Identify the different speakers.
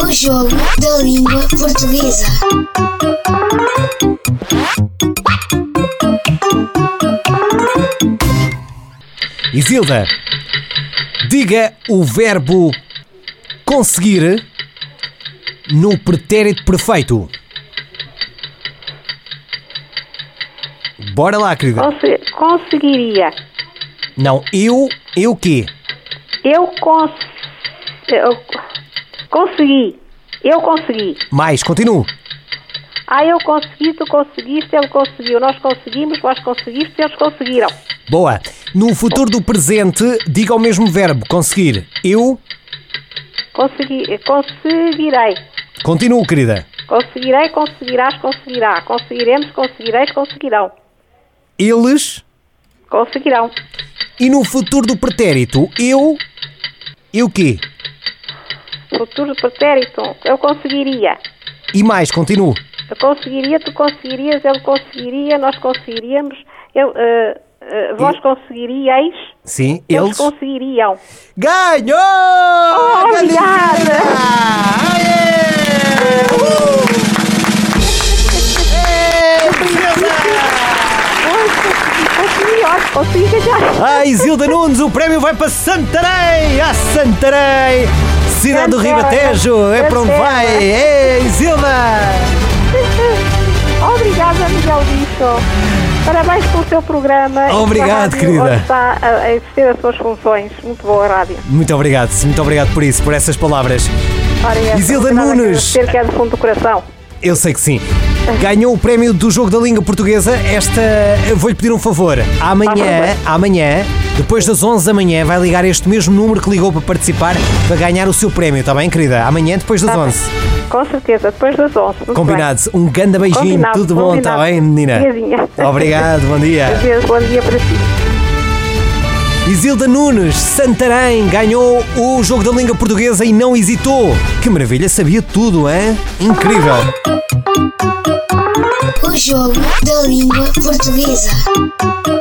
Speaker 1: O jogo da língua portuguesa.
Speaker 2: Isilda, diga o verbo conseguir no pretérito perfeito. Bora lá, querida.
Speaker 3: Conse- Conseguiria.
Speaker 2: Não, eu, eu quê?
Speaker 3: Eu, cons eu consegui. Eu consegui.
Speaker 2: Mais, continuo.
Speaker 3: Ah, eu consegui, tu conseguiste, ele conseguiu. Nós conseguimos, vós conseguiste, eles conseguiram.
Speaker 2: Boa. No futuro do presente, diga o mesmo verbo, conseguir. Eu,
Speaker 3: Consegui, eh, conseguirei.
Speaker 2: continuo, querida.
Speaker 3: Conseguirei, conseguirás, conseguirá. Conseguiremos, conseguireis, conseguirão.
Speaker 2: Eles,
Speaker 3: Conseguirão.
Speaker 2: E no futuro do pretérito, eu. Eu quê?
Speaker 3: Futuro pretérito. Eu conseguiria.
Speaker 2: E mais, continuo.
Speaker 3: Eu conseguiria, tu conseguirias, ele conseguiria, nós conseguiríamos. Eu, eh, eh, vós conseguiríeis,
Speaker 2: Sim,
Speaker 3: eles
Speaker 2: eles.
Speaker 3: conseguiriam.
Speaker 2: Ganhou!
Speaker 3: Oh. obrigada!
Speaker 2: Aê! Uhul! Ei, princesa!
Speaker 3: Consegui, olha, consegui ganhar.
Speaker 2: Ai, Isilda Uh! Nunes, o prémio vai para Santarém! A Santarém! Cidade do
Speaker 3: Santarém,
Speaker 2: Ribatejo, é para onde
Speaker 3: Santarém.
Speaker 2: vai? Ei, Isilda!
Speaker 3: Obrigada, Miguel Bicho. Parabéns pelo seu programa.
Speaker 2: Obrigado,
Speaker 3: E pela rádio,
Speaker 2: querida.
Speaker 3: onde está a, a exercer as suas funções. Muito boa rádio.
Speaker 2: Muito obrigado, muito obrigado por isso, por essas palavras.
Speaker 3: Ora, é
Speaker 2: Isilda
Speaker 3: obrigada a
Speaker 2: Nunes.
Speaker 3: agradecer, que é do fundo do coração.
Speaker 2: Eu sei que sim. Ganhou o prémio do jogo da língua portuguesa. Esta, eu vou-lhe pedir um favor. Amanhã,
Speaker 3: Ah,
Speaker 2: amanhã, depois das 11 da manhã, vai ligar este mesmo número que ligou para participar para ganhar o seu prémio, está bem, querida? Amanhã, depois das
Speaker 3: Tá bem.
Speaker 2: 11.
Speaker 3: Com certeza, depois das 11. Muito
Speaker 2: Combinado. Um grande beijinho.
Speaker 3: Combinado,
Speaker 2: Tudo bom, está
Speaker 3: combinado.
Speaker 2: bem, menina?
Speaker 3: Beijinho.
Speaker 2: Obrigado, bom dia.
Speaker 3: Bem. Adeus, bom dia para si.
Speaker 2: Isilda Nunes, Santarém, ganhou o jogo da língua portuguesa e não hesitou. Que maravilha, sabia tudo, hein? Incrível.
Speaker 1: O jogo da língua portuguesa.